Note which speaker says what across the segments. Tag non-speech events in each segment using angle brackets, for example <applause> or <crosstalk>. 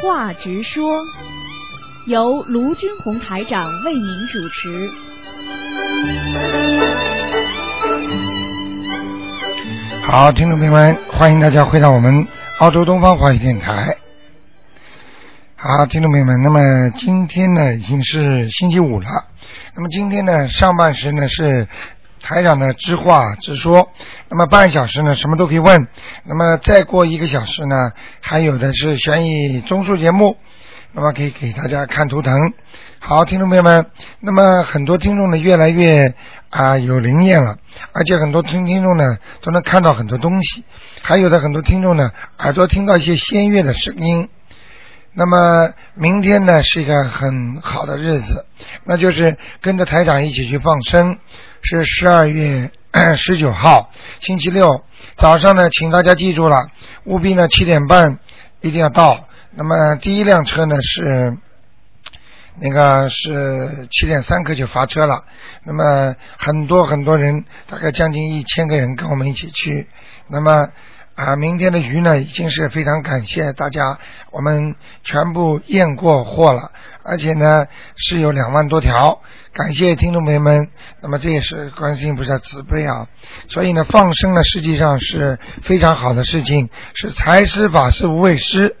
Speaker 1: 话直说，由卢军红台长为您主持。
Speaker 2: 好，听众朋友们，欢迎大家回到我们澳洲东方华语电台。好，听众朋友们，那么今天呢已经是星期五了，那么今天呢上半时呢是台长的知话直说，那么半小时呢什么都可以问，那么再过一个小时呢还有的是悬疑综述节目，那么可以给大家看图腾。好，听众朋友们，那么很多听众呢越来越啊、有灵验了，而且很多听听众呢都能看到很多东西，还有的很多听众呢耳朵听到一些仙乐的声音。那么明天呢是一个很好的日子，那就是跟着台长一起去放生，是十二月呃十九号星期六早上呢，请大家记住了，务必呢七点半一定要到。那么第一辆车呢是那个是七点三刻就发车了，那么很多很多人，大概将近一千个人跟我们一起去。那么啊，明天的鱼呢，已经是非常感谢大家，我们全部验过货了，而且呢是有两万多条，感谢听众朋友们。那么这也是观世音菩萨慈悲啊，所以呢放生呢实际上是非常好的事情，是财施法施无畏施。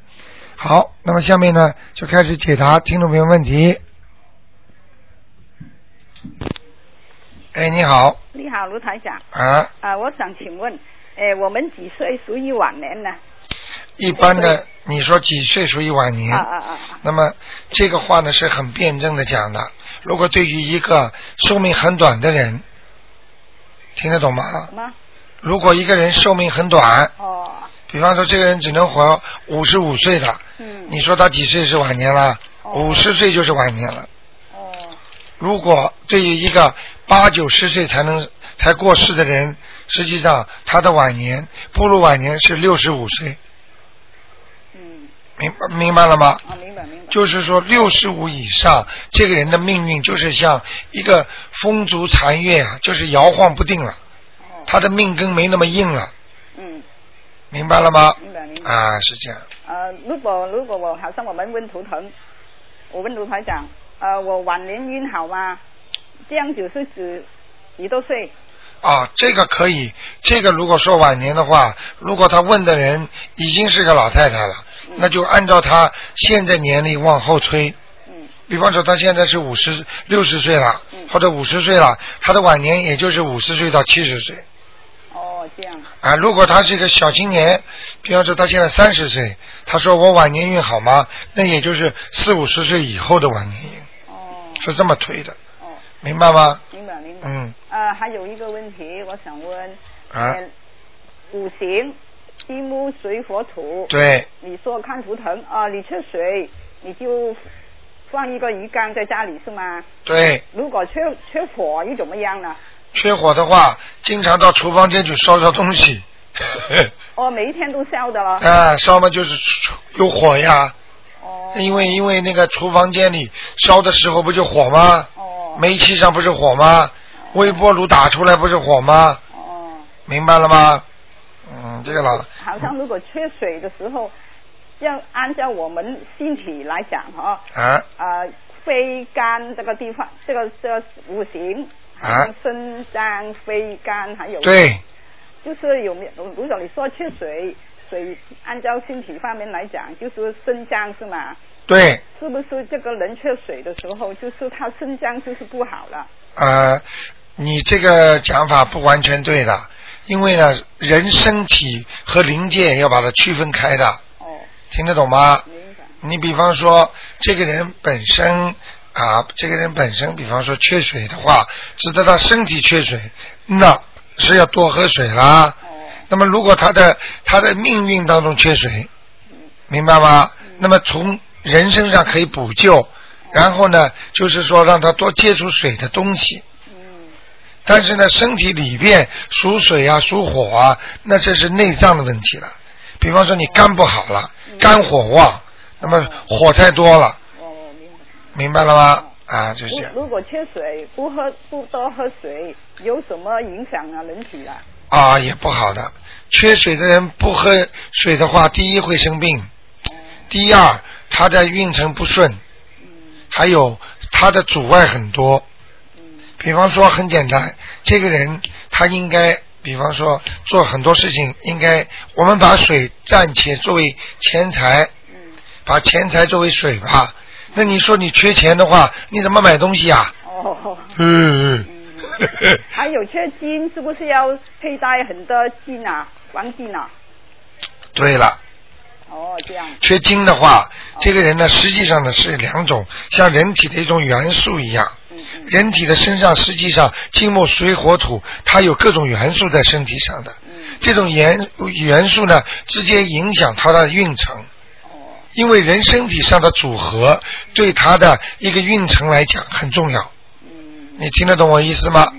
Speaker 2: 好，那么下面呢就开始解答听众朋友问题。哎，你好
Speaker 3: 你好，卢台长
Speaker 2: 啊，
Speaker 3: 啊，我想请问，呃，我们几岁属于晚年呢？
Speaker 2: 一般的你说几岁属于晚年？
Speaker 3: 啊啊啊啊！
Speaker 2: 那么这个话呢是很辩证的讲的。如果对于一个寿命很短的人，听得懂吗？
Speaker 3: 什么？
Speaker 2: 如果一个人寿命很短，
Speaker 3: 哦，
Speaker 2: 比方说这个人只能活五十五岁的，
Speaker 3: 嗯，
Speaker 2: 你说他几岁是晚年了？五十岁就是晚年了。
Speaker 3: 哦，
Speaker 2: 如果对于一个八九十岁才能才过世的人，实际上他的晚年步入晚年是六十五岁，
Speaker 3: 嗯，
Speaker 2: 明白明白了吗？
Speaker 3: 啊，明白明白。
Speaker 2: 就是说六十五以上，这个人的命运就是像一个风烛残月啊，就是摇晃不定了，
Speaker 3: 哦，
Speaker 2: 他的命根没那么硬了，
Speaker 3: 嗯，
Speaker 2: 明白了吗？
Speaker 3: 明白明白。
Speaker 2: 啊，是这样。
Speaker 3: 呃，如果如果我好像我们问图腾，我问卢台长，呃，我晚年运好吗？这样子是指几多岁？
Speaker 2: 啊，这个可以，这个如果说晚年的话，如果他问的人已经是个老太太了，那就按照他现在年龄往后推。
Speaker 3: 嗯
Speaker 2: 比方说，他现在是五十六十岁了
Speaker 3: 嗯，
Speaker 2: 或者五十岁了，他的晚年也就是五十岁到七十岁。
Speaker 3: 哦，这样，
Speaker 2: 啊，如果他是一个小青年，比方说他现在三十岁，他说我晚年运好吗？那也就是四五十岁以后的晚年运，
Speaker 3: 哦
Speaker 2: 是这么推的，
Speaker 3: 哦，
Speaker 2: 明白吗？
Speaker 3: 明白明白。
Speaker 2: 嗯，
Speaker 3: 呃，还有一个问题，我想问，
Speaker 2: 啊，
Speaker 3: 呃，五行，金木水火土，
Speaker 2: 对，
Speaker 3: 你说看图腾啊，你缺水，你就放一个鱼缸在家里是吗？
Speaker 2: 对，
Speaker 3: 如果缺缺火又怎么样呢？
Speaker 2: 缺火的话，经常到厨房间去烧烧东西， <laughs>
Speaker 3: 哦，每一天都烧的了。
Speaker 2: 啊，烧嘛就是出有火呀，
Speaker 3: 哦
Speaker 2: 因为因为那个厨房间里烧的时候不就火吗？
Speaker 3: 哦
Speaker 2: 煤气上不是火吗？微波炉打出来不是火吗？
Speaker 3: 哦，
Speaker 2: 明白了吗？嗯，这个老
Speaker 3: 好像如果缺水的时候，要按照我们身体来讲哈，
Speaker 2: 啊
Speaker 3: 呃，肺肝这个地方，这个这个五行，
Speaker 2: 啊，
Speaker 3: 嗯肾脏、肺肝还有
Speaker 2: 对，
Speaker 3: 就是有没有？如果你说缺水，水按照身体方面来讲，就是肾脏是吗？
Speaker 2: 对，
Speaker 3: 是不是这个人缺水的时候，就是他肾脏就是不好了？
Speaker 2: 呃，你这个讲法不完全对的，因为呢，人身体和灵界要把它区分开的，
Speaker 3: 哦，
Speaker 2: 听得懂吗？
Speaker 3: 明白。
Speaker 2: 你比方说，这个人本身啊，这个人本身，比方说缺水的话，使得他身体缺水，那是要多喝水啦。
Speaker 3: 哦，
Speaker 2: 那么如果他的他的命运当中缺水，
Speaker 3: 嗯
Speaker 2: 明白吗？那么从人身上可以补救，然后呢，就是说让他多接触水的东西。
Speaker 3: 嗯，
Speaker 2: 但是呢，身体里边属水啊、属火啊，那这是内脏的问题了。比方说你肝不好了，肝火旺，那么火太多了，
Speaker 3: 哦，明白。
Speaker 2: 明白了吗？啊，就是这样
Speaker 3: 如如果缺水，不喝不多喝水，有什么影响啊？人体啊？
Speaker 2: 啊，也不好
Speaker 3: 哦
Speaker 2: 的。缺水的人不喝水的话，第一会生病，第二他的运程不顺，
Speaker 3: 嗯
Speaker 2: 还有他的阻碍很多。
Speaker 3: 嗯
Speaker 2: 比方说，很简单，这个人他应该，比方说做很多事情，应该我们把水暂且作为钱财，
Speaker 3: 嗯
Speaker 2: 把钱财作为水吧。那你说你缺钱的话，你怎么买东西啊？
Speaker 3: 哦，
Speaker 2: 嗯嗯。
Speaker 3: 还有缺金，是不是要佩戴很多金啊，黄金啊？
Speaker 2: <laughs> 对了，
Speaker 3: 哦，这样，
Speaker 2: 缺金的话，这个人呢，实际上呢是两种，像人体的一种元素一样。
Speaker 3: 嗯
Speaker 2: 人体的身上实际上金木水火土，它有各种元素在身体上的。
Speaker 3: 嗯
Speaker 2: 这种元元素呢，直接影响它的运程。
Speaker 3: 哦
Speaker 2: 因为人身体上的组合对它的一个运程来讲很重要。
Speaker 3: 嗯
Speaker 2: 你听得懂我意思吗？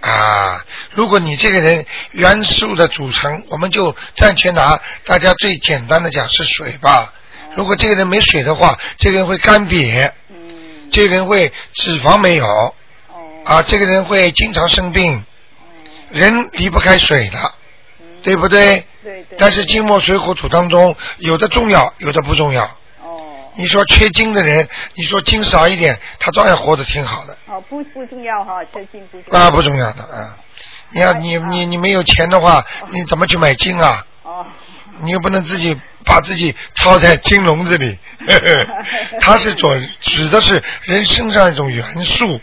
Speaker 2: 啊，如果你这个人元素的组成，我们就暂且拿大家最简单的讲是水吧。
Speaker 3: 哦
Speaker 2: 如果这个人没水的话，这个人会干瘪，
Speaker 3: 嗯
Speaker 2: 这个人会脂肪没有，
Speaker 3: 哦
Speaker 2: 啊，这个人会经常生病，人离不开水的，对不对？
Speaker 3: 嗯对对。
Speaker 2: 但是金木水火土当中，有的重要，有的不重要。
Speaker 3: 哦
Speaker 2: 你说缺金的人，你说金少一点，他照样活得挺好的。
Speaker 3: 哦，不不重要哈，缺金不重要。
Speaker 2: 那不重要的啊。你要你你你没有钱的话，你怎么去买金啊？
Speaker 3: 哦，
Speaker 2: 你又不能自己把自己套在金笼子里。它是所指的是人身上一种元素，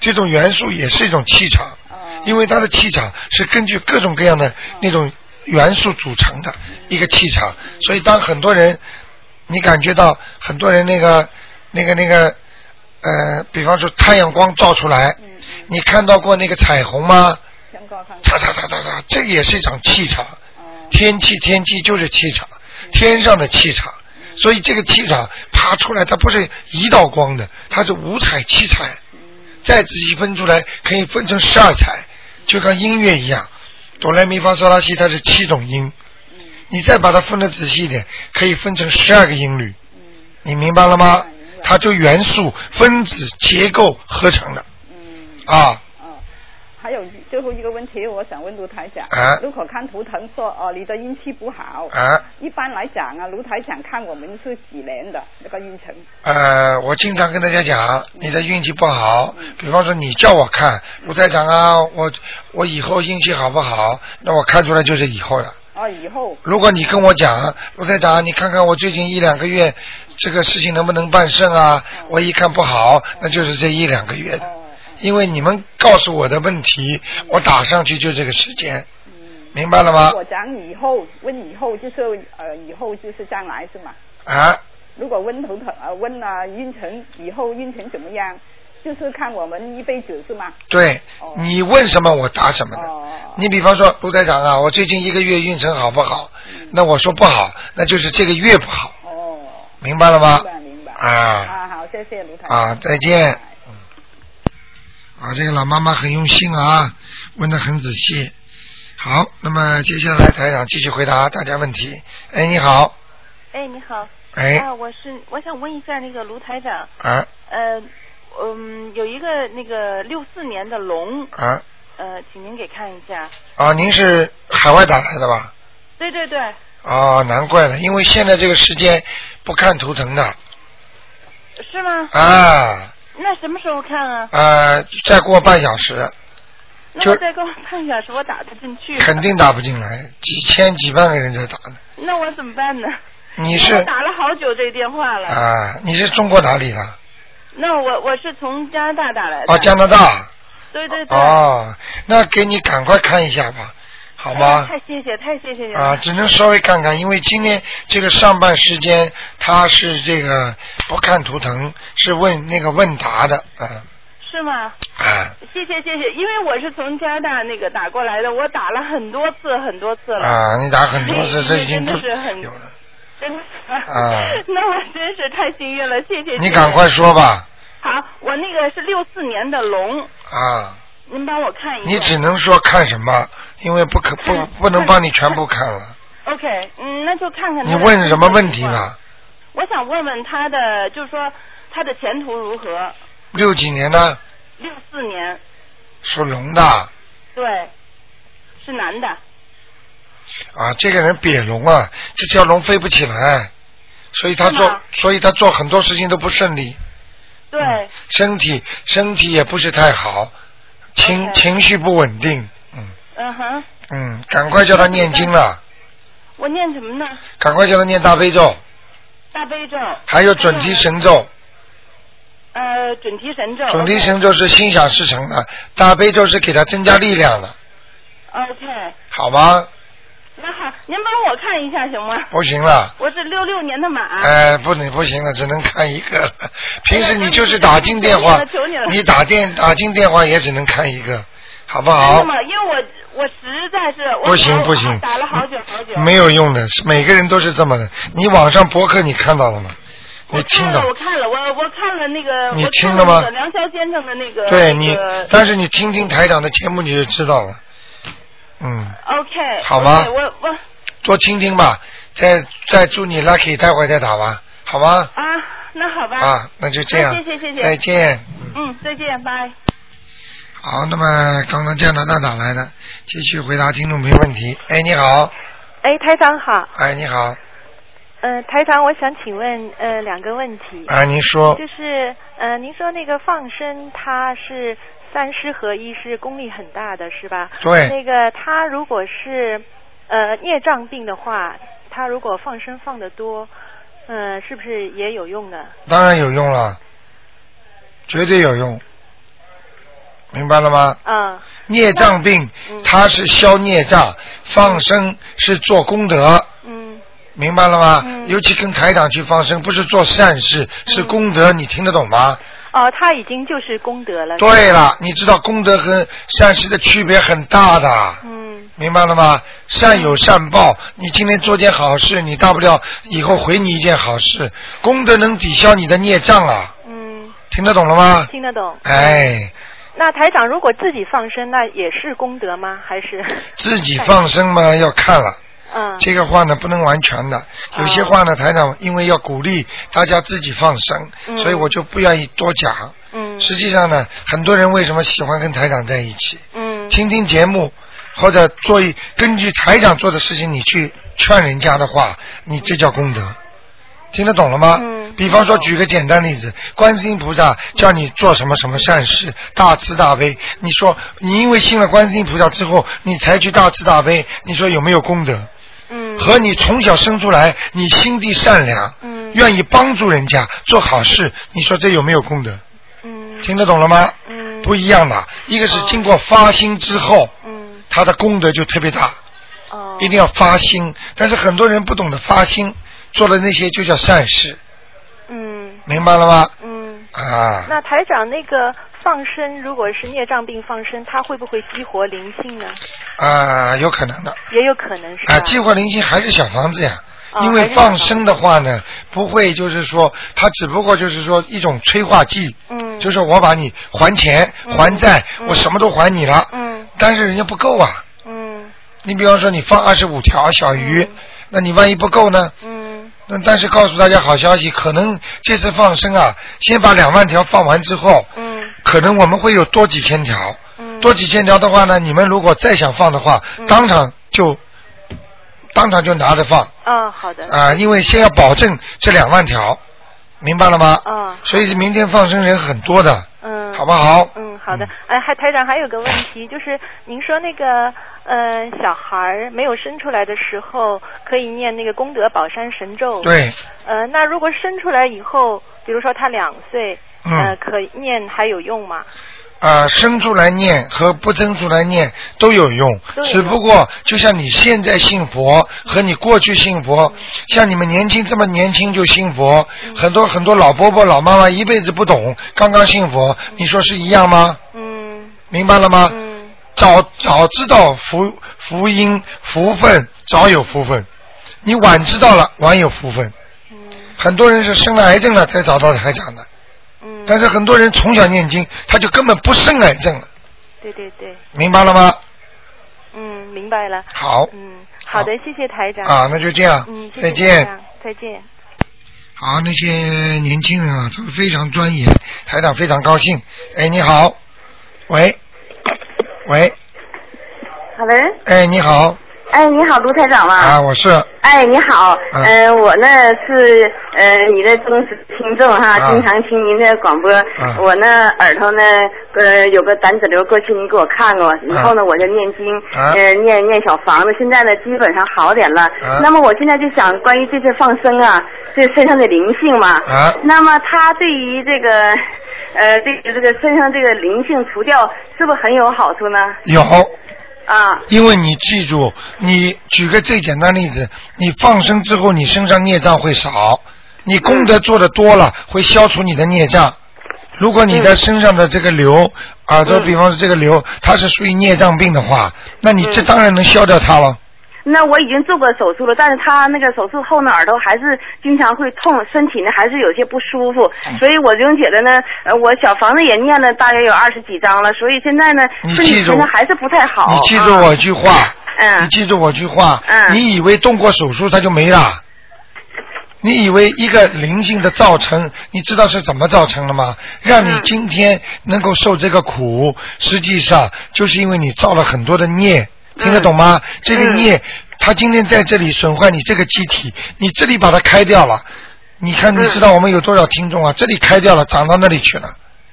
Speaker 2: 这种元素也是一种气场，
Speaker 3: 哦
Speaker 2: 因为它的气场是根据各种各样的那种元素组成的一个气场，所以当很多人，你感觉到很多人那个那个那个呃，比方说太阳光照出来，
Speaker 3: 嗯
Speaker 2: 你看到过那个彩虹吗？
Speaker 3: 香港看
Speaker 2: 嚓嚓嚓嚓嚓，这也是一场气场。
Speaker 3: 哦
Speaker 2: 天气天气就是气场，天上的气场。所以这个气场爬出来，它不是一道光的，它是五彩七彩，
Speaker 3: 嗯
Speaker 2: 再仔细分出来可以分成十二彩，就跟音乐一样，哆来咪发嗦拉西它是七种音，
Speaker 3: 嗯
Speaker 2: 你再把它分的仔细一点，可以分成十二个音律，
Speaker 3: 嗯
Speaker 2: 你明白了吗？它就元素、分子、结构合成的，啊，
Speaker 3: 嗯哦还有最后一个问题，我想问卢台长，
Speaker 2: 啊
Speaker 3: 如果看图腾说哦你的运气不好，
Speaker 2: 啊
Speaker 3: 一般来讲啊，卢台长看我们是几年的那个运程，
Speaker 2: 呃，我经常跟大家讲，你的运气不好。比方说，你叫我看卢台长啊，我我以后运气好不好？那我看出来就是以后了。
Speaker 3: 哦以后
Speaker 2: 如果你跟我讲，卢台长，你看看我最近一两个月这个事情能不能办成啊？我一看不好，那就是这一两个
Speaker 3: 哦
Speaker 2: 月的，因为你们告诉我的问题，我打上去就这个时间，明白了吗？
Speaker 3: 嗯我讲以后问以后就是呃以后就是将来是吗？
Speaker 2: 啊，
Speaker 3: 如果问头疼呃问啊运程以后运程怎么样，就是看我们一辈子是吗？
Speaker 2: 对，你问什么我答什么的。你比方说，卢台长啊，我最近一个月运程好不好？那我说不好，那就是这个月不好。哦，明白了吗？
Speaker 3: 嗯明白明白。
Speaker 2: 啊
Speaker 3: 啊好，谢谢卢台长。
Speaker 2: 啊，再见。嗯啊，这个老妈妈很用心啊，问的很仔细。好，那么接下来台长继续回答大家问题。哎，你好，
Speaker 4: 哎，你好。
Speaker 2: 哎
Speaker 4: 啊，我是我想问一下那个卢台长，
Speaker 2: 啊
Speaker 4: 呃，嗯，有一个那个六四年的龙，
Speaker 2: 啊
Speaker 4: 呃，请您给看一下。
Speaker 2: 啊，您是海外打来的吧？
Speaker 4: 对对对，
Speaker 2: 哦，难怪了，因为现在这个时间不看图腾的
Speaker 4: 是吗？。
Speaker 2: 啊。
Speaker 4: 那什么时候看啊？
Speaker 2: 呃，再过半小时
Speaker 4: 那
Speaker 2: 就
Speaker 4: 我再给我看一下，是我打不进去。
Speaker 2: 肯定打不进来，几千几万个人在打呢。
Speaker 4: 那我怎么办呢？
Speaker 2: 你
Speaker 4: 我
Speaker 2: 是
Speaker 4: 打了好久这个电话了。呃
Speaker 2: 啊？你是中国哪里的？
Speaker 4: 那我我是从加拿大打来的。
Speaker 2: 哦，加拿。大。
Speaker 4: 对对对。
Speaker 2: 哦，那给你赶快看一下吧，好吗？
Speaker 4: 哎太谢谢，太谢谢你了。
Speaker 2: 啊，只能稍微看看，因为今天这个上半时间他是这个不看图腾，是问那个问答的，啊
Speaker 4: 是吗？
Speaker 2: 啊
Speaker 4: 谢谢谢谢，因为我是从加拿大那个打过来的，我打了很多次很多次了。
Speaker 2: 啊！你打很多
Speaker 4: 那
Speaker 2: 次，这已经
Speaker 4: 真的
Speaker 2: 不
Speaker 4: 是很
Speaker 2: 有了，
Speaker 4: 真的。
Speaker 2: 啊
Speaker 4: <laughs> 那我真是太幸运了，谢谢。
Speaker 2: 你赶快说。吧，
Speaker 4: 好，我那个是六四年的龙，嗯
Speaker 2: 啊！
Speaker 4: 您帮我看一下。
Speaker 2: 你只能说看什么，因为不可
Speaker 4: 嗯
Speaker 2: 不不能帮你全部看了。
Speaker 4: OK，嗯，那就看看。
Speaker 2: 你问什么问题？啊了？
Speaker 4: 我想问问他的，就是说他的前途如何？
Speaker 2: 六几年的
Speaker 4: 六四年，
Speaker 2: 属龙的啊，
Speaker 4: 对，是男的。
Speaker 2: 啊这个人瘪龙啊，这条龙飞不起来，所以他
Speaker 4: 是
Speaker 2: 做
Speaker 4: 吗，
Speaker 2: 所以他做很多事情都不顺利，嗯
Speaker 4: 对，
Speaker 2: 身体身体也不是太好，情
Speaker 4: OK
Speaker 2: 情绪不稳定，嗯
Speaker 4: 嗯哼，
Speaker 2: 嗯，赶快叫他念经了，
Speaker 4: 我念什么呢？
Speaker 2: 赶快叫他念大悲咒，
Speaker 4: 大悲咒，
Speaker 2: 还有准提神咒，
Speaker 4: 呃，准提神咒，
Speaker 2: 准提神咒是心想事成的，大悲咒是给他增加力量的，
Speaker 4: ，OK，, o
Speaker 2: 好吗？
Speaker 4: 那好，您帮我看一下行吗？
Speaker 2: 不行了。
Speaker 4: 我是六六年的马，
Speaker 2: 哎，不能不行了，只能看一个了。平时你就是打进电话
Speaker 4: 哎呀求你了求你了，
Speaker 2: 你打电打进电话也只能看一个，好不
Speaker 4: 真
Speaker 2: 好
Speaker 4: 的？吗？因为我我实在是我
Speaker 2: 不行
Speaker 4: 打
Speaker 2: 不行
Speaker 4: 打了好久好久，
Speaker 2: 没有用的，是每个人都是这么的。你网上博客你看到了吗？你
Speaker 4: 我
Speaker 2: 听
Speaker 4: 看
Speaker 2: 到
Speaker 4: 了，？我看了，我我看了那个，
Speaker 2: 你
Speaker 4: 我
Speaker 2: 听
Speaker 4: 看
Speaker 2: 了吗
Speaker 4: 那个梁霄先生的那个，
Speaker 2: 对
Speaker 4: 那
Speaker 2: 你
Speaker 4: 个，
Speaker 2: 但是你听听台长的节目你就知道了。嗯，
Speaker 4: OK，
Speaker 2: 好吗
Speaker 4: OK，我我
Speaker 2: 多听听吧。再再祝你 lucky，待会儿再打吧，好吗？
Speaker 4: 啊，那好吧，
Speaker 2: 啊，那就这样。
Speaker 4: 哎谢谢谢谢
Speaker 2: 再见。
Speaker 4: 嗯，再见，拜。
Speaker 2: 好，那么刚刚加拿大打来的，继续回答听众朋友问题。哎，你好，
Speaker 5: 哎，台长好，
Speaker 2: 哎，你好，
Speaker 5: 嗯、台长，我想请问呃两个问题，
Speaker 2: 啊，您说
Speaker 5: 就是呃您说那个放生它是三师合一，是功力很大的是吧？
Speaker 2: 对，
Speaker 5: 那个他如果是呃孽障病的话，他如果放生放的多，呃是不是也有用呢？
Speaker 2: 当然有用了，绝对有用，明白了吗？
Speaker 5: 啊、
Speaker 2: 孽障病，
Speaker 5: 嗯
Speaker 2: 它是消孽障，放生是做功德，
Speaker 5: 嗯
Speaker 2: 明白了吗？
Speaker 5: 嗯
Speaker 2: 尤其跟台长去放生，不是做善事，是功德，你听得懂吗？
Speaker 5: 哦，他已经就是功德了。
Speaker 2: 对了，你知道功德和善事的区别很大的。
Speaker 5: 嗯
Speaker 2: 明白了吗？善有善报，你今天做件好事，你大不了以后回你一件好事，功德能抵消你的孽障啊！
Speaker 5: 嗯，
Speaker 2: 听得懂了吗？
Speaker 5: 听得懂。
Speaker 2: 哎，
Speaker 5: 那台长如果自己放生，那也是功德吗？还是
Speaker 2: 自己放生嘛要看了，
Speaker 5: 嗯
Speaker 2: 这个话呢不能完全的，有些话呢台长因为要鼓励大家自己放生，
Speaker 5: 嗯
Speaker 2: 所以我就不愿意多讲。
Speaker 5: 嗯
Speaker 2: 实际上呢，很多人为什么喜欢跟台长在一起？
Speaker 5: 嗯
Speaker 2: 听听节目，或者做一根据台长做的事情，你去劝人家的话，你这叫功德。听得懂了吗？
Speaker 5: 嗯
Speaker 2: 比方说，举个简单例子，观世音菩萨叫你做什么什么善事，大慈大悲。你说你因为信了观世音菩萨之后，你才去大慈大悲，你说有没有功德？
Speaker 5: 嗯
Speaker 2: 和你从小生出来，你心地善良，
Speaker 5: 嗯
Speaker 2: 愿意帮助人家做好事，你说这有没有功德？
Speaker 5: 嗯
Speaker 2: 听得懂了吗？
Speaker 5: 嗯
Speaker 2: 不一样的，一个是经过发心之后，
Speaker 5: 嗯
Speaker 2: 他的功德就特别大，
Speaker 5: 哦
Speaker 2: 一定要发心。但是很多人不懂得发心，做的那些就叫善事，
Speaker 5: 嗯
Speaker 2: 明白了吗？
Speaker 5: 嗯。
Speaker 2: 啊，
Speaker 5: 那台长那个放生，如果是孽障病放生，它会不会激活灵性呢？
Speaker 2: 啊，有可能的
Speaker 5: 也有可能是吧？
Speaker 2: 啊，激活灵性还是小房子呀。
Speaker 5: 哦
Speaker 2: 因
Speaker 5: 还
Speaker 2: 为
Speaker 5: 是小
Speaker 2: 放
Speaker 5: 房子
Speaker 2: 生的话呢，不会就是说，它只不过就是说一种催化剂，
Speaker 5: 嗯，
Speaker 2: 就是我把你还钱、
Speaker 5: 嗯
Speaker 2: 还债，
Speaker 5: 嗯
Speaker 2: 我什么都还你了，
Speaker 5: 嗯
Speaker 2: 但是人家不够啊。
Speaker 5: 嗯
Speaker 2: 你比方说你放二十五条小鱼，
Speaker 5: 嗯
Speaker 2: 那你万一不够呢？
Speaker 5: 嗯
Speaker 2: 那但是告诉大家好消息，可能这次放生啊，先把两万条放完之后，
Speaker 5: 嗯
Speaker 2: 可能我们会有多几千条，
Speaker 5: 嗯，
Speaker 2: 多几千条的话呢，你们如果再想放的话，
Speaker 5: 嗯
Speaker 2: 当场就当场就拿着放啊、
Speaker 5: 啊、好的，
Speaker 2: 因为先要保证这两万条，明白了吗？
Speaker 5: 啊
Speaker 2: 所以明天放生人很多的，
Speaker 5: 嗯，
Speaker 2: 好不好？
Speaker 5: 嗯，好的
Speaker 2: 嗯。
Speaker 5: 哎，还台长还有个问题，就是您说那个呃小孩儿没有生出来的时候，可以念那个功德宝山神咒。。
Speaker 2: 对，
Speaker 5: 呃，那如果生出来以后，比如说他两岁，
Speaker 2: 嗯
Speaker 5: 呃，可以念还有用吗？
Speaker 2: 啊，生出来念和不生出来念都有用，
Speaker 5: 都有用
Speaker 2: 只不过就像你现在信佛和你过去信佛，像你们年轻这么年轻就信佛，
Speaker 5: 嗯
Speaker 2: 很多很多老伯伯老妈妈一辈子不懂，刚刚信佛，你说是一样吗？
Speaker 5: 嗯
Speaker 2: 明白了吗？
Speaker 5: 嗯
Speaker 2: 早早知道福福音福分，早有福分；你晚知道了，晚有福分。
Speaker 5: 嗯
Speaker 2: 很多人是生了癌症了才找到台长的，
Speaker 5: 嗯。
Speaker 2: 但是很多人从小念经，他就根本不生癌症了，
Speaker 5: 对对对，
Speaker 2: 明白了吗？
Speaker 5: 嗯，明白了。
Speaker 2: 好，
Speaker 5: 嗯，好的，谢谢台长。
Speaker 2: 啊，那就这样，
Speaker 5: 嗯，谢
Speaker 2: 再
Speaker 5: 谢台
Speaker 2: 见。
Speaker 5: 长，再见。
Speaker 2: 好，那些年轻人啊，都非常专业，台长非常高兴。哎，你好，喂，喂，
Speaker 6: 好嘞，
Speaker 2: 哎，你好，
Speaker 6: 哎，你好，卢台长吗？
Speaker 2: 啊，我是
Speaker 6: 哎，你好，
Speaker 2: 嗯
Speaker 6: 嗯、我呢是呃你的忠实听众哈，
Speaker 2: 啊
Speaker 6: 经常听您的广播。
Speaker 2: 啊
Speaker 6: 我呢耳朵呢呃有个胆子瘤，过去您给我看过，以后呢、我就念经，
Speaker 2: 啊
Speaker 6: 呃念念小房子，现在呢基本上好点了。
Speaker 2: 啊
Speaker 6: 那么我现在就想关于这次放生啊，这身上的灵性嘛，
Speaker 2: 啊
Speaker 6: 那么它对于这个呃这个这个身上这个灵性除掉，是不是很有好处呢？
Speaker 2: 有，
Speaker 6: 啊，
Speaker 2: 因为你记住，你举个最简单的例子，你放生之后，你身上孽障会少，你功
Speaker 5: 嗯
Speaker 2: 德做的多了，会消除你的孽障。如果你
Speaker 5: 嗯
Speaker 2: 的身上的这个瘤，耳朵，比方说这个瘤，它是属于孽障病的话，那你
Speaker 5: 嗯
Speaker 2: 这当然能消掉它了。
Speaker 6: 那我已经做过手术了，但是他那个手术后呢，耳朵还是经常会痛，身体呢还是有些不舒服，
Speaker 2: 嗯
Speaker 6: 所以我就觉得呢，呃，我小房子也念了大约有二十几张了，所以现在呢，
Speaker 2: 你
Speaker 6: 身体
Speaker 2: 记住
Speaker 6: 现在还是不太好。
Speaker 2: 你记住
Speaker 6: 啊
Speaker 2: 我一句话，你
Speaker 6: 嗯，
Speaker 2: 记住我句话，
Speaker 6: 嗯
Speaker 2: 你以为动过手术它就没了？你以为一个灵性的造成，你知道是怎么造成的吗？让
Speaker 6: 嗯
Speaker 2: 你今天能够受这个苦，实际上就是因为你造了很多的孽，听
Speaker 6: 嗯
Speaker 2: 得懂吗？这个孽，它今天在这里损坏你这个机体，你这里把它开掉了，你看你知道我们有多少听众啊？这里开掉了，长到那里去了。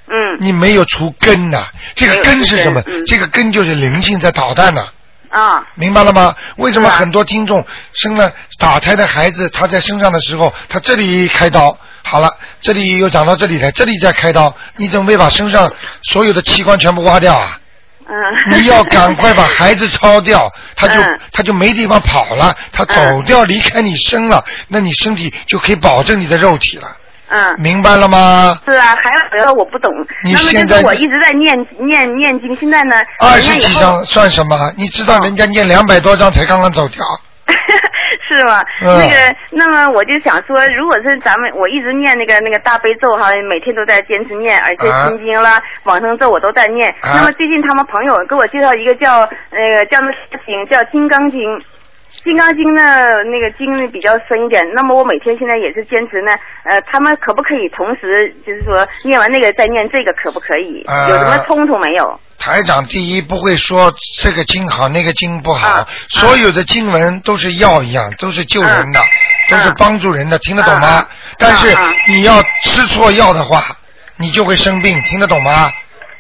Speaker 6: 嗯，
Speaker 2: 你没有除根呐、这个根是什么
Speaker 6: 没有除根？嗯
Speaker 2: 这个根就是灵性在捣蛋呐、
Speaker 6: 啊，
Speaker 2: 明白了吗？为什么
Speaker 6: 是啊
Speaker 2: 很多听众生了打胎的孩子，他在身上的时候，他这里开刀，好了，这里又长到这里来，这里再开刀，你怎么没把身上所有的器官全部挖掉
Speaker 6: <laughs>
Speaker 2: 啊？
Speaker 6: 嗯，
Speaker 2: 你要赶快把孩子抄掉，他就
Speaker 6: 嗯
Speaker 2: 他就没地方跑了，他走掉离开你身了，那你身体就可以保证你的肉体了，
Speaker 6: <laughs> 嗯。
Speaker 2: 明白了吗？
Speaker 6: 是啊，还有别的我不懂。
Speaker 2: 你
Speaker 6: 那么
Speaker 2: 现
Speaker 6: 就
Speaker 2: 在
Speaker 6: 是我一直在念念念经，现在呢，
Speaker 2: 二十
Speaker 6: 念
Speaker 2: 几
Speaker 6: 以后嗯
Speaker 2: 张算什么？啊你知道人家念两百多张才刚刚走掉，
Speaker 6: <laughs> 是吗？
Speaker 2: 嗯
Speaker 6: 那个，那么我就想说，如果是咱们，我一直念那个那个大悲咒哈，每天都在坚持念，而且
Speaker 2: 啊
Speaker 6: 心经啦、往生咒我都在念。
Speaker 2: 啊
Speaker 6: 那么最近他们朋友给我介绍一个叫那个叫那经叫《金刚经》。金刚经呢，那个经呢比较深一点。那么我每天现在也是坚持呢，呃，他们可不可以同时就是说念完那个再念这个，可不可以？
Speaker 2: 啊
Speaker 6: 有什么冲突没有？
Speaker 2: 台长第一不会说这个经好那个经不好，
Speaker 6: 啊
Speaker 2: 所有的经文都是药一样，都是救人的，都是帮助人的，听得懂吗？
Speaker 6: 啊
Speaker 2: 但是
Speaker 6: 啊
Speaker 2: 你要吃错药的话，你就会生病，听得懂吗？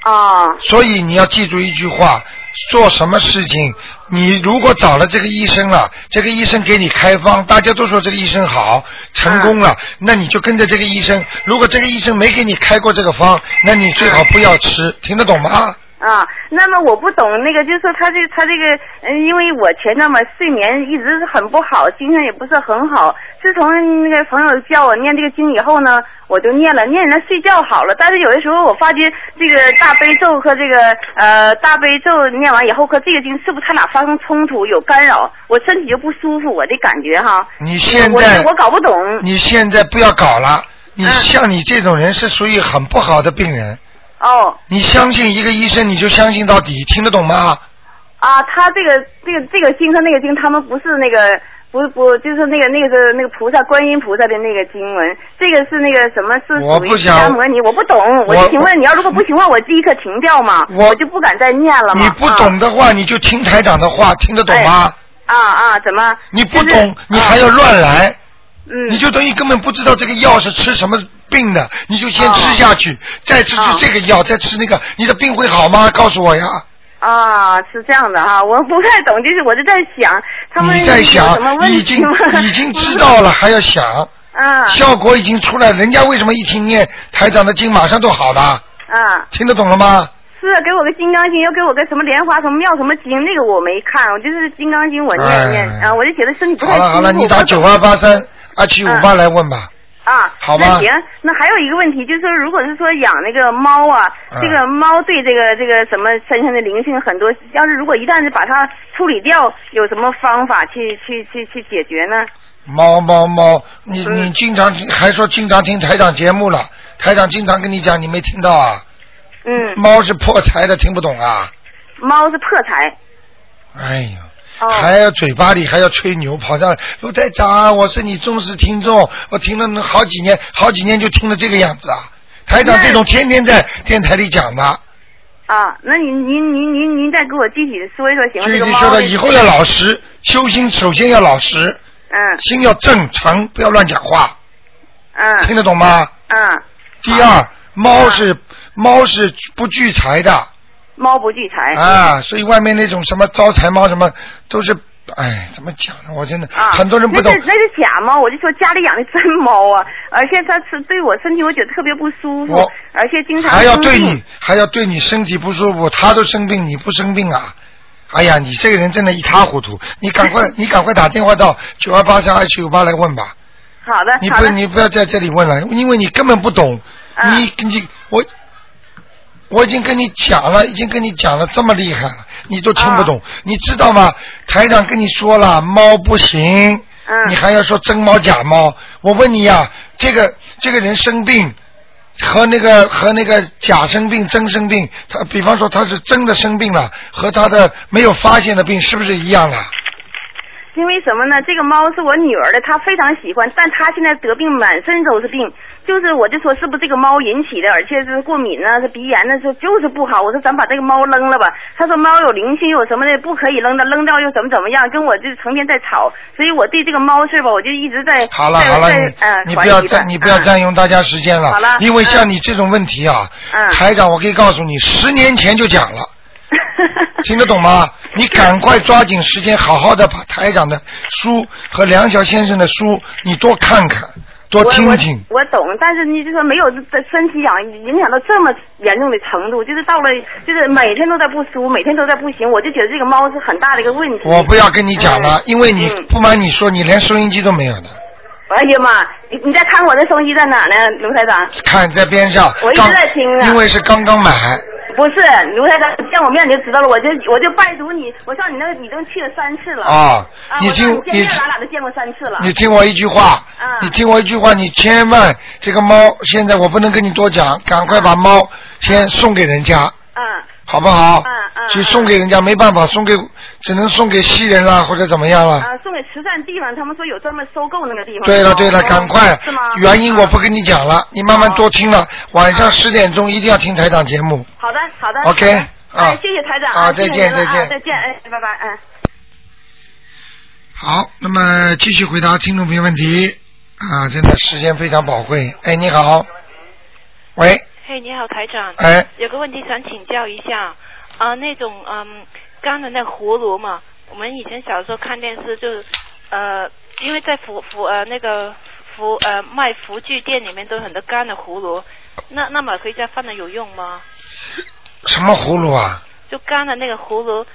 Speaker 6: 啊、
Speaker 2: 所以你要记住一句话：做什么事情，你如果找了这个医生了，这个医生给你开方，大家都说这个医生好，成功
Speaker 6: 啊
Speaker 2: 了，那你就跟着这个医生。如果这个医生没给你开过这个方，那你最好不要吃，听得懂吗？
Speaker 6: 啊，那么我不懂那个，就是说他这他这个，嗯，因为我前段吧睡眠一直是很不好，精神也不是很好。自从那个朋友教我念这个经以后呢，我就念了，念了睡觉好了。但是有的时候我发觉这个大悲咒和这个呃大悲咒念完以后和这个经是不是他俩发生冲突有干扰，我身体就不舒服，我的感觉哈。
Speaker 2: 你现
Speaker 6: 我
Speaker 2: 在
Speaker 6: 我搞不懂。
Speaker 2: 你现在不要搞了，你
Speaker 6: 嗯
Speaker 2: 像你这种人是属于很不好的病人。
Speaker 6: 哦
Speaker 2: 你相信一个医生，你就相信到底，听得懂吗？
Speaker 6: 啊，他这个这个这个经和那个经，他们不是那个不不，就是那个那个是那个菩萨观音菩萨的那个经文，这个是那个什么是
Speaker 2: 我
Speaker 6: 属于
Speaker 2: 不
Speaker 6: 释
Speaker 2: 想
Speaker 6: 迦摩尼，我不懂，
Speaker 2: 我
Speaker 6: 我就请问你要如果不行问，我立刻停掉嘛，
Speaker 2: 我
Speaker 6: 我就不敢再念了嘛。
Speaker 2: 你不懂的话，你就听台长的话，听得懂吗？
Speaker 6: 啊啊啊，怎么？
Speaker 2: 你不
Speaker 6: 就是
Speaker 2: 懂，你还要乱来，
Speaker 6: 嗯，
Speaker 2: 你就等于根本不知道这个药是吃什么病的，你就先
Speaker 6: 哦
Speaker 2: 吃下去，再吃
Speaker 6: 哦
Speaker 2: 吃这个药，再吃那个，你的病会好吗？告诉我呀！
Speaker 6: 啊，是这样的哈、我不太懂，就是我就在想他们
Speaker 2: 你在
Speaker 6: 有
Speaker 2: 想
Speaker 6: 什么，问
Speaker 2: 你已
Speaker 6: 题
Speaker 2: 经
Speaker 6: 吗？
Speaker 2: 已经知道了，还要想，
Speaker 6: <laughs> 啊
Speaker 2: 效果已经出来，人家为什么一听念台长的经马上都好的？
Speaker 6: 啊。
Speaker 2: 听得懂了吗？
Speaker 6: 是给我个金刚经，又给我个什么莲花什么妙什么经，那个我没看，我就是金刚经我念念
Speaker 2: 哎
Speaker 6: 啊，我就觉得身体不太
Speaker 2: 好
Speaker 6: 舒服。
Speaker 2: 了好了，你打
Speaker 6: 我嗯
Speaker 2: 九二八三二七五八来问吧。
Speaker 6: 啊，
Speaker 2: 好吧
Speaker 6: 那行，那还有一个问题就是说，如果是说养那个猫啊，
Speaker 2: 嗯
Speaker 6: 这个猫对这个这个什么身上的灵性很多，要是如果一旦是把它处理掉，有什么方法去去去去解决呢？
Speaker 2: 猫猫猫，你
Speaker 6: 嗯
Speaker 2: 你经常听还说经常听台长节目了，台长经常跟你讲，你没听到啊？
Speaker 6: 嗯，
Speaker 2: 猫是破财的，听不懂啊？
Speaker 6: 猫是破财。
Speaker 2: 哎呀。
Speaker 6: 哦
Speaker 2: 还要嘴巴里还要吹牛，跑上来卢台长，我是你忠实听众，我听了好几年，好几年就听了这个样子啊。台长
Speaker 6: 那
Speaker 2: 这种天天在电台里讲的，
Speaker 6: 啊，那您您您您您再给我具体的说一说行吗？
Speaker 2: 就已
Speaker 6: 这个
Speaker 2: 经
Speaker 6: 猫
Speaker 2: 说了，
Speaker 6: 这个
Speaker 2: 以后要老实，修心首先要老实，
Speaker 6: 嗯
Speaker 2: 心要正常，不要乱讲话，听
Speaker 6: 嗯
Speaker 2: 得懂吗？
Speaker 6: 嗯，
Speaker 2: 第二，猫是猫是不聚财的
Speaker 6: 猫不聚财。
Speaker 2: 啊，所以外面那种什么招财猫什么都是，哎，怎么讲呢？我真的
Speaker 6: 啊，
Speaker 2: 很多人不懂
Speaker 6: 那是。那是假猫，我就说家里养的真猫啊， <laughs> 而且它是对我身体，我觉得特别不舒服
Speaker 2: 我，
Speaker 6: 而且经常
Speaker 2: 还要
Speaker 6: 生
Speaker 2: 对
Speaker 6: 病
Speaker 2: 你，还要对你身体不舒服，他都生病，你不生病啊？哎呀，你这个人真的一塌糊涂！你赶快，你赶快打电话到九二八三二七五八来问吧。
Speaker 6: 好的
Speaker 2: 你
Speaker 6: 好
Speaker 2: 不，
Speaker 6: 的，
Speaker 2: 你不要在这里问了，因为你根本不懂。
Speaker 6: 啊
Speaker 2: 你你我，我已经跟你讲了，已经跟你讲了这么厉害了，你都听不懂，
Speaker 6: 啊
Speaker 2: 你知道吗？台长跟你说了，猫不行，
Speaker 6: 嗯
Speaker 2: 你还要说真猫假猫？我问你呀、啊这个这个人生病。和那个和那个假生病、真生病，他比方说他是真的生病了，和他的没有发现的病是不是一样的？
Speaker 6: 因为什么呢？这个猫是我女儿的，她非常喜欢，但她现在得病满身都是病，就是我就说是不是这个猫引起的，而且是过敏啊，是鼻炎呢，说就是不好。我说咱把这个猫扔了吧，她说猫有灵性，有什么的不可以扔的，扔掉又怎么怎么样，跟我就成天在吵，所以我对这个猫事吧，我就一直在
Speaker 2: 好了
Speaker 6: 在
Speaker 2: 好了，
Speaker 6: 在
Speaker 2: 你
Speaker 6: 呃
Speaker 2: 你
Speaker 6: 怀
Speaker 2: 不要
Speaker 6: 疑
Speaker 2: 占
Speaker 6: 的
Speaker 2: 你不要
Speaker 6: 嗯 <laughs>
Speaker 2: 占用大家时间了
Speaker 6: 好了，
Speaker 2: 因为像你这种问题啊，
Speaker 6: 嗯
Speaker 2: 台长我可以告诉你，十年前就讲了，听得懂
Speaker 6: <laughs>
Speaker 2: 吗？你赶快抓紧时间，好好的把台长的书和梁晓先生的书你多看看，多听听。
Speaker 6: 我我。我懂，但是你就说没有这身体养影响到这么严重的程度，就是到了就是每天都在不舒服，每天都在不行，我就觉得这个猫是很大的一个问题。
Speaker 2: 我不要跟你讲了
Speaker 6: 嗯，
Speaker 2: 因为你
Speaker 6: 嗯
Speaker 2: 不瞒你说，你连收音机都没有的，
Speaker 6: 哎呀妈，你你在看我的收音机在哪呢，卢台长？
Speaker 2: 看在边上
Speaker 6: 我一，直
Speaker 2: 刚
Speaker 6: 在听啊呢
Speaker 2: 因为是刚刚买，
Speaker 6: 不是，卢台长见我面你就知道了，我就我就拜读你，我上你那个你都去了三次了。
Speaker 2: 啊
Speaker 6: 啊，
Speaker 2: 你
Speaker 6: 我
Speaker 2: 听
Speaker 6: 上你见
Speaker 2: 你
Speaker 6: 面咱俩都见过三次了。
Speaker 2: 你听我一句话，
Speaker 6: 嗯
Speaker 2: 你听我一句话，你千万这个猫，现在我不能跟你多讲，赶快把猫先送给人家，
Speaker 6: 嗯
Speaker 2: 好不好？
Speaker 6: 嗯嗯
Speaker 2: 去送给人家没办法，送给只能送给西人啦，或者怎么样啦。
Speaker 6: 啊，送给慈善地方，他们说有专门收购那个地方。
Speaker 2: 对了对了，
Speaker 6: 哦
Speaker 2: 赶快
Speaker 6: 是吗？，哦
Speaker 2: 原因我不
Speaker 6: 啊
Speaker 2: 跟你讲了，你慢慢多听了。晚
Speaker 6: 嗯
Speaker 2: 上十点钟一定要听台长节目。
Speaker 6: 好的，好的。
Speaker 2: OK，
Speaker 6: 好的哎
Speaker 2: 啊，
Speaker 6: 谢谢台长。
Speaker 2: 啊
Speaker 6: 谢谢
Speaker 2: 再见
Speaker 6: 您了
Speaker 2: 再见
Speaker 6: 啊再见，哎，拜拜，嗯。
Speaker 2: 好，那么继续回答听众朋友问题啊，真的时间非常宝贵。哎，你好，喂，
Speaker 5: 嘿，你好，台长。
Speaker 2: 哎，
Speaker 5: 有个问题想请教一下，啊、那种嗯干的那葫芦嘛，我们以前小时候看电视就是，呃，因为在福福呃那个福呃卖福具店里面都有很多干的葫芦，那那买回家放了有用吗？
Speaker 2: 什么葫芦啊？
Speaker 5: 就干的那个葫芦，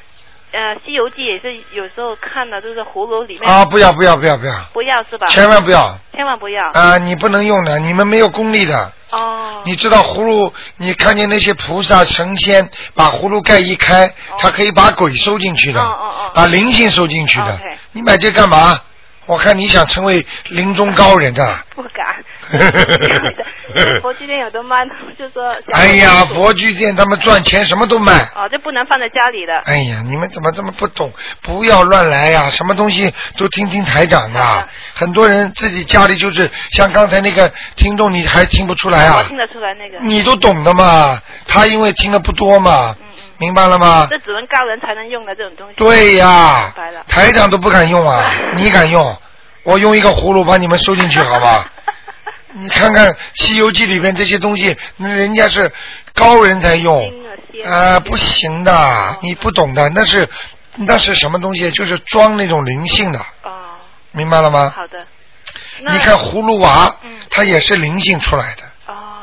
Speaker 5: 呃，《西游记》也是有时候看的，就是葫芦里面、
Speaker 2: 啊，不要不要不要不要，
Speaker 5: 不要是吧？
Speaker 2: 千万不要
Speaker 5: 千万不要。
Speaker 2: 啊！你不能用的，你们没有功力的。
Speaker 5: 哦。
Speaker 2: 你知道葫芦，你看见那些菩萨神仙把葫芦盖一开，他可以把鬼收进去的，
Speaker 5: 哦哦哦哦
Speaker 2: 把灵性收进去的
Speaker 5: OK。
Speaker 2: 你买这干嘛？我看你想成为林中高人的。
Speaker 5: 不
Speaker 2: <laughs>
Speaker 5: 敢。就是佛具店有的卖，就说。
Speaker 2: 哎呀，佛具店他们赚钱什么都卖。
Speaker 5: 哦，就不能放在家里的。
Speaker 2: 哎呀，你们怎么这么不懂？不要乱来呀、什么东西都听听台长的、
Speaker 5: 好的
Speaker 2: 很多人自己家里就是像刚才那个听众，你还听不出来
Speaker 5: 我
Speaker 2: 啊？
Speaker 5: 听得出来那个，
Speaker 2: 你都懂的嘛，他因为听的不多嘛，
Speaker 5: 嗯
Speaker 2: 明白了吗？
Speaker 5: 这只能高人才能用的这种东西。
Speaker 2: 对呀
Speaker 5: 明白了，
Speaker 2: 台长都不敢用
Speaker 5: <laughs>
Speaker 2: 啊，你敢用？我用一个葫芦把你们收进去，好
Speaker 5: <laughs>
Speaker 2: 吧？你看看《西游记》里面这些东西，那人家是高人才用。
Speaker 5: 听了些。哦
Speaker 2: 啊，不行的，你不懂的，那是那是什么东西？就是装那种灵性的，
Speaker 5: 哦，
Speaker 2: 明白了吗？
Speaker 5: 好的。那
Speaker 2: 你看葫芦娃
Speaker 5: 嗯，
Speaker 2: 它也是灵性出来的。
Speaker 5: 哦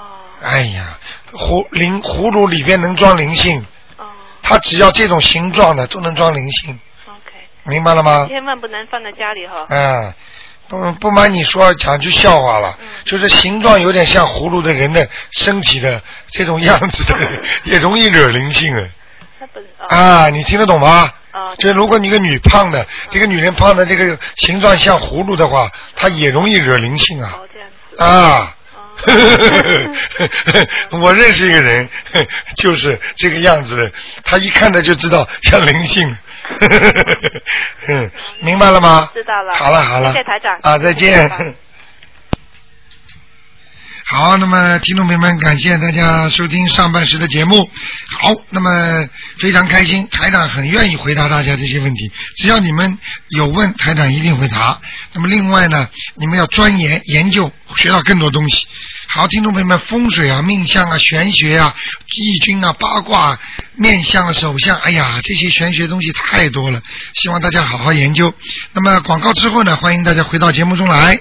Speaker 2: 哎呀，葫灵葫芦里边能装灵性，
Speaker 5: 哦
Speaker 2: 它只要这种形状的都能装灵性，
Speaker 5: ，OK，
Speaker 2: 明白了吗？
Speaker 5: 千万不能放在家里哈。
Speaker 2: 嗯，不不瞒你说，讲句笑话了，
Speaker 5: 嗯
Speaker 2: 就是形状有点像葫芦的人的身体的这种样子
Speaker 5: <laughs>
Speaker 2: 的人，也容易惹灵性哎。
Speaker 5: 那本哦
Speaker 2: 啊，你听得懂吗？
Speaker 5: 哦
Speaker 2: 就是如果你一个女胖的，这个女人胖的这个形状像葫芦的话，她也容易惹灵性啊
Speaker 5: 哦这样子。
Speaker 2: 啊！
Speaker 5: 哦
Speaker 2: <laughs> 我认识一个人，就是这个样子的，他一看他就知道像灵性。 <laughs> 嗯，明白了啊吗？
Speaker 5: 知道了
Speaker 2: 好了好了，
Speaker 5: 谢谢台长
Speaker 2: 啊，再见
Speaker 5: 谢谢。
Speaker 2: 好，那么听众朋友们，感谢大家收听上半时的节目。好，那么非常开心，台长很愿意回答大家这些问题，只要你们有问，台长一定回答。那么另外呢，你们要钻研研究，学到更多东西。好，听众朋友们，风水啊、命相啊、玄学啊、易经啊、八卦、啊、面相啊、手相，哎呀，这些玄学东西太多了，希望大家好好研究。那么广告之后呢，欢迎大家回到节目中来。